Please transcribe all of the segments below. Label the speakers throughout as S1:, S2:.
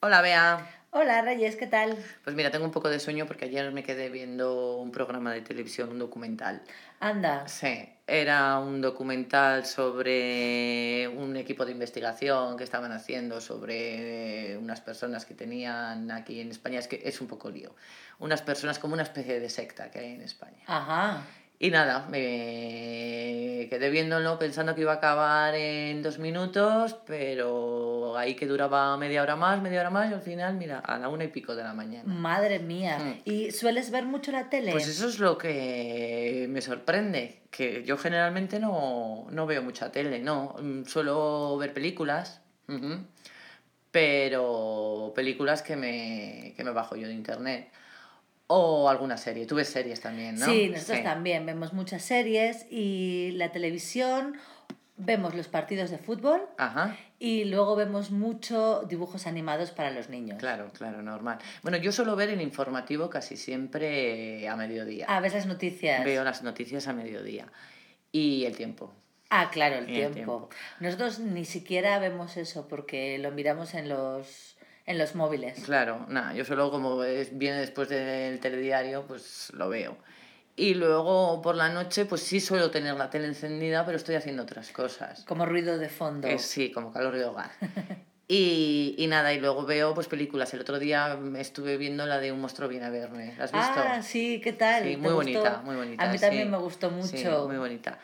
S1: Hola, Bea.
S2: Hola Reyes, ¿qué tal?
S1: Pues mira, tengo un poco de sueño porque ayer me quedé viendo un programa de televisión, un documental.
S2: Anda.
S1: Sí, era un documental sobre un equipo de investigación que estaban haciendo sobre unas personas que tenían aquí en España, es que es un poco lío, unas personas como una especie de secta que hay en España.
S2: Ajá.
S1: Y nada, me quedé viéndolo pensando que iba a acabar en dos minutos, pero ahí que duraba media hora más, media hora más, y al final, mira, a la una y pico de la mañana.
S2: Madre mía.
S1: Mm.
S2: ¿Y sueles ver mucho la tele?
S1: Pues eso es lo que me sorprende, que yo generalmente no, no veo mucha tele, no. Mm, Suelo ver películas, ujú, pero películas que me, que me bajo yo de internet. O alguna serie. Tú ves series también, ¿no?
S2: Sí, nosotros
S1: Sí.
S2: también vemos muchas series y la televisión, vemos los partidos de fútbol
S1: Ajá.
S2: y luego vemos mucho dibujos animados para los niños.
S1: Claro, claro, normal. Bueno, yo suelo ver el informativo casi siempre a mediodía.
S2: Ah, ves las noticias.
S1: Veo las noticias a mediodía. Y el tiempo.
S2: Ah, claro, el
S1: Y el tiempo.
S2: tiempo. Nosotros ni siquiera vemos eso porque lo miramos en los, en los móviles.
S1: Claro, nada, yo solo como es- viene después del telediario, pues lo veo. Y luego por la noche, pues sí suelo tener la tele encendida, pero estoy haciendo otras cosas.
S2: Como ruido de fondo.
S1: Eh, sí, como calor de hogar. Y, y nada, y luego veo pues películas. El otro día me estuve viendo la de Un monstruo viene a verme. ¿La has visto?
S2: Ah, sí, ¿qué tal?
S1: Sí,
S2: ¿Te
S1: muy
S2: gustó?
S1: bonita, muy bonita.
S2: A mí
S1: sí.
S2: también me gustó
S1: Sí,
S2: mucho.
S1: muy bonita.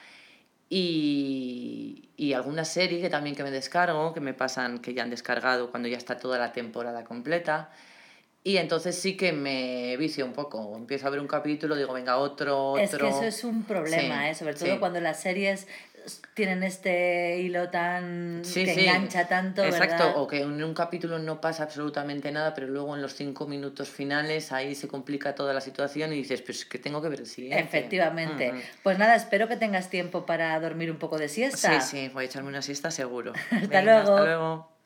S1: Y, y alguna serie que también que me descargo, que me pasan, que ya han descargado cuando ya está toda la temporada completa. Y entonces sí que me vicio un poco. Empiezo a ver un capítulo, digo, venga, otro, otro.
S2: Es que eso es un problema,
S1: Sí,
S2: ¿eh? sobre
S1: sí.
S2: todo cuando las series tienen este hilo tan
S1: Sí,
S2: que
S1: sí.
S2: engancha tanto,
S1: Exacto,
S2: ¿verdad?
S1: o que en un capítulo no pasa absolutamente nada, pero luego en los cinco minutos finales ahí se complica toda la situación y dices, pues que tengo que ver el siguiente.
S2: Efectivamente.
S1: Ujú.
S2: Pues nada, espero que tengas tiempo para dormir un poco de siesta.
S1: Sí, sí, voy a echarme una siesta seguro.
S2: Hasta
S1: Venga,
S2: luego.
S1: Hasta luego.